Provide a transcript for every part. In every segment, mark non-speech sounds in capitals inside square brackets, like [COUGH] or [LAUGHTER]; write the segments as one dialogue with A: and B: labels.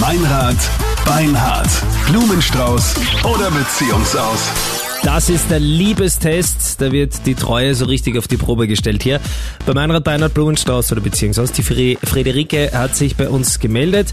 A: Meinrad, Beinhard, Blumenstrauß oder Beziehungsaus.
B: Das ist der Liebestest. Da wird die Treue so richtig auf die Probe gestellt hier. Bei Meinrad Beinhard Blumenstrauß oder beziehungsweise die Fre- Frederike hat sich bei uns gemeldet.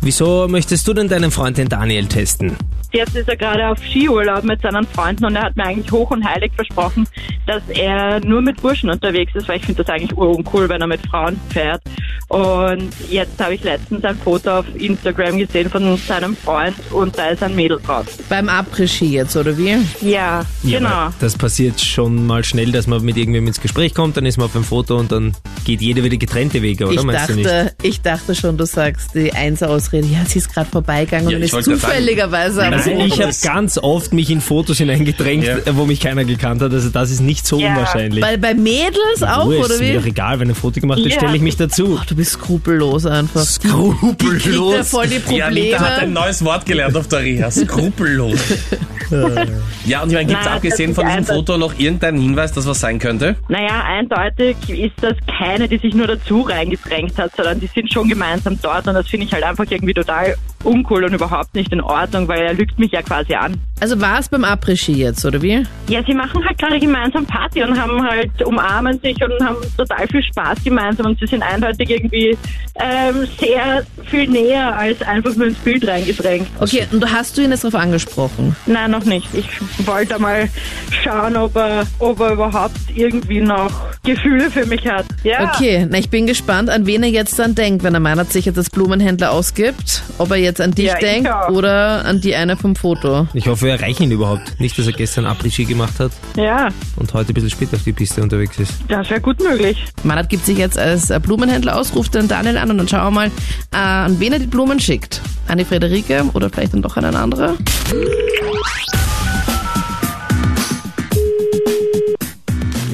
B: Wieso möchtest du denn deinen Freund den Daniel testen?
C: Jetzt ist er gerade auf Skiurlaub mit seinen Freunden und er hat mir eigentlich hoch und heilig versprochen, dass er nur mit Burschen unterwegs ist, weil ich finde das eigentlich uruncool, wenn er mit Frauen fährt. Und jetzt habe ich letztens ein Foto auf Instagram gesehen von seinem Freund und da ist ein Mädel drauf.
D: Beim Après-Ski jetzt, oder wie?
C: Ja, genau.
B: aber Das passiert schon mal schnell, dass man mit irgendwem ins Gespräch kommt, dann ist man auf ein Foto und dann geht jeder wieder getrennte Wege, oder?
D: ich,
B: Meinst du nicht?
D: dachte, ich dachte schon, du sagst die Einser-Ausrede, ja, sie ist gerade vorbeigegangen
E: Ja,
D: und
E: ich
D: ist
E: wollte gerade sagen.
D: zufälligerweise am
B: Nein,
D: Boden.
B: ich habe ganz oft mich in Fotos hineingedrängt,
E: Ja.
B: äh, wo mich keiner gekannt hat. Also das ist nicht so
C: Ja.
B: unwahrscheinlich.
D: Bei, bei Mädels auch,
B: Ruhe,
D: oder
B: ist mir doch
D: wie?
B: egal, wenn ein Foto gemacht wird,
C: Ja.
B: stelle ich mich dazu.
D: Ach, du bist skrupellos einfach. Kriegt er
B: Skrupellos.
D: voll die
E: Ja,
D: Probleme.
E: Anita hat ein neues Wort gelernt auf der
D: [LAUGHS]
E: Reha. Skrupellos. ja, und ich meine, gibt es
C: Nein,
E: abgesehen
C: das
E: von
C: ist
E: diesem
C: einfach-
E: Foto noch irgendeinen Hinweis, dass was sein könnte?
C: Naja, eindeutig ist das keine, die sich nur dazu reingedrängt hat, sondern die sind schon gemeinsam dort und das finde ich halt einfach irgendwie total uncool und überhaupt nicht in Ordnung, weil er lügt mich ja quasi an.
D: also war es beim Après-Ski jetzt, oder wie?
C: Ja, sie machen halt gerade gemeinsam Party und haben halt umarmen sich und haben total viel Spaß gemeinsam und sie sind eindeutig irgendwie ähm, sehr viel näher als einfach nur ins Bild reingedrängt.
D: Okay, und du hast du ihn jetzt drauf angesprochen?
C: Nein, noch nicht. Ich wollte mal schauen, ob er, ob er überhaupt irgendwie noch Gefühle für mich hat. Ja.
D: Okay, na, ich bin gespannt, an wen er jetzt dann denkt, wenn er meinert sich jetzt als Blumenhändler ausgibt, ob er jetzt an dich
C: Ja, ich
D: denkt
C: auch.
D: oder an die eine vom Foto.
B: Ich hoffe, wir erreichen ihn überhaupt. Nicht, dass er gestern Après-Ski gemacht hat
C: Ja,
B: und heute ein bisschen spät auf die Piste unterwegs ist.
C: das wäre gut möglich.
D: Manat gibt sich jetzt als äh, Blumenhändler aus, ruft den Daniel an und dann schauen wir mal, äh, an wen er die Blumen schickt. An die Frederike oder vielleicht dann doch an eine andere.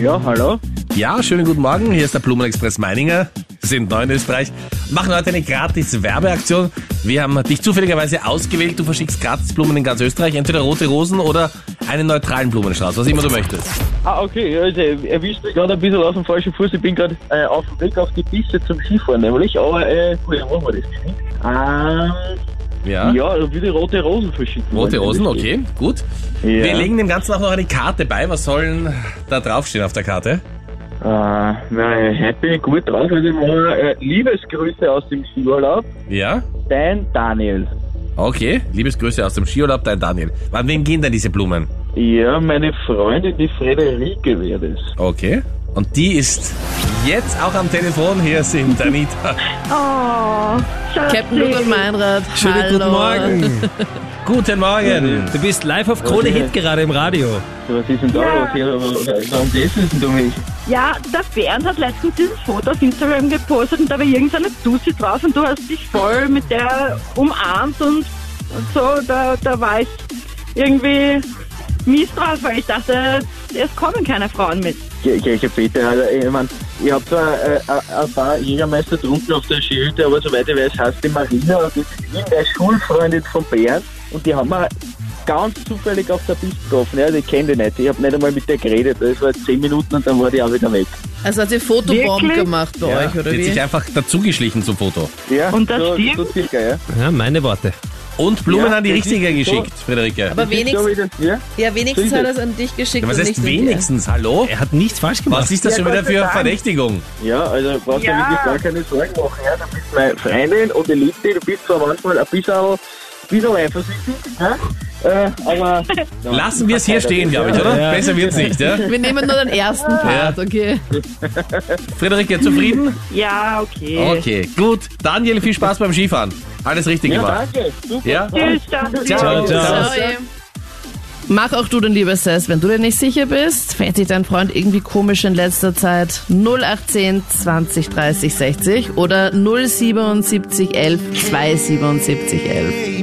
F: Ja, hallo.
E: Ja, schönen guten Morgen. Hier ist der Blumenexpress Meininger. Sind neu in Österreich. Machen heute eine gratis Werbeaktion. Wir haben dich zufälligerweise ausgewählt. Du verschickst gratis Blumen in ganz Österreich. Entweder rote Rosen oder einen neutralen Blumenstrauß, was immer du möchtest.
F: Ah, okay, also erwischt mich gerade ein bisschen aus dem falschen Fuß. Ich bin gerade äh, auf dem Weg auf die Piste zum Skifahren nämlich, aber äh, gut, dann machen wir das. Ähm,
E: Ja.
F: ja, dann würde ich rote Rosen verschicken.
E: Rote
F: wenn das
E: Rosen,
F: geht.
E: okay, gut.
F: Ja.
E: Wir legen dem Ganzen auch noch eine Karte bei. Was soll denn da draufstehen auf der Karte?
F: Äh, nein, heute bin ich gut drauf. Also ich mache äh, Liebesgrüße aus dem Skiurlaub.
E: Ja?
F: Dein Daniel.
E: Okay, Liebesgrüße aus dem Skiurlaub, dein Daniel. An wen gehen denn diese Blumen?
F: Ja, meine Freundin, die Frederike wäre das.
E: Okay. Und die ist jetzt auch am Telefon. Hier sind Anita.
C: Oh, Schatzi.
D: Captain Luke und Meinrad.
B: Schönen
D: hallo.
B: guten
D: [LAUGHS]
B: Morgen.
E: Guten Morgen.
B: Du bist live auf Krone
F: Okay.
B: Hit gerade im Radio.
F: Was ist denn da
C: Ja.
F: los? Ja, aber warum testen du mich?
C: Ja, der Bernd hat letztens dieses Foto auf Instagram gepostet und da war irgendeine Dussi drauf und du hast dich voll mit der umarmt und, und so. Da, da war ich irgendwie mies drauf, weil ich dachte, es kommen keine Frauen mit.
F: Ge- Gleiche Fete, Alter. Ich mein, ich hab zwar äh, a- ein paar Jägermeister getrunken auf der Schildhütte, aber soweit ich weiß, heißt die Marina und die ist irgendeine Schulfreundin von Bernd und die haben wir ganz zufällig auf der Piste getroffen. Ja, die kennt die nicht. Ich hab nicht einmal mit der geredet. Das war zehn Minuten und dann war die auch wieder weg.
D: Also hat ihr Fotobomb
C: Wirklich?
D: gemacht bei euch, oder
E: die hat sich
D: wie?
E: einfach dazugeschlichen zum Foto.
F: Ja,
C: Und das
F: so,
C: stimmt?
F: so circa, ja.
B: Ja, meine Worte.
E: Und Blumen
F: Ja,
E: an die
F: das
E: Richtige
F: ist so.
E: geschickt, Friederike.
D: Aber
F: So
D: wenigstens,
F: wie das, ja.
D: ja, wenigstens
F: so ist
D: hat er
F: es.
D: es an dich geschickt
E: Ja, was
D: und nicht
E: heißt
D: an die-
E: wenigstens? Hallo?
B: Er hat nichts falsch gemacht.
E: Was ist das
C: Ja,
E: schon wieder
C: Gott sei
E: für eine
C: Dank.
E: Verdächtigung?
F: ja, also brauchst du
C: Ja.
F: ja. wirklich gar keine Sorgen machen. Ja, du bist meine Freundin und ich liebe dich. Du bist zwar manchmal ein bisschen, bisschen eifersüchtig, ja? äh,
C: [LAUGHS]
F: aber...
E: Lassen wir es hier stehen, glaube ich, oder?
B: Ja.
E: Besser wird's nicht, ja?
D: [LAUGHS] Wir nehmen nur den ersten Part, okay?
E: Friederike, zufrieden?
C: Ja, okay.
E: Okay, gut. Daniel, viel Spaß beim Skifahren. Alles richtig
F: Ja,
E: gemacht.
F: danke. Super.
E: Ja?
C: Tschüss, Schatzi.
B: Ciao, ciao.
D: Sorry. Mach auch du den Liebestest, wenn du dir nicht sicher bist. Fährt dich dein Freund irgendwie komisch in letzter Zeit? 0810 20 30 60 oder 077 11 277 11.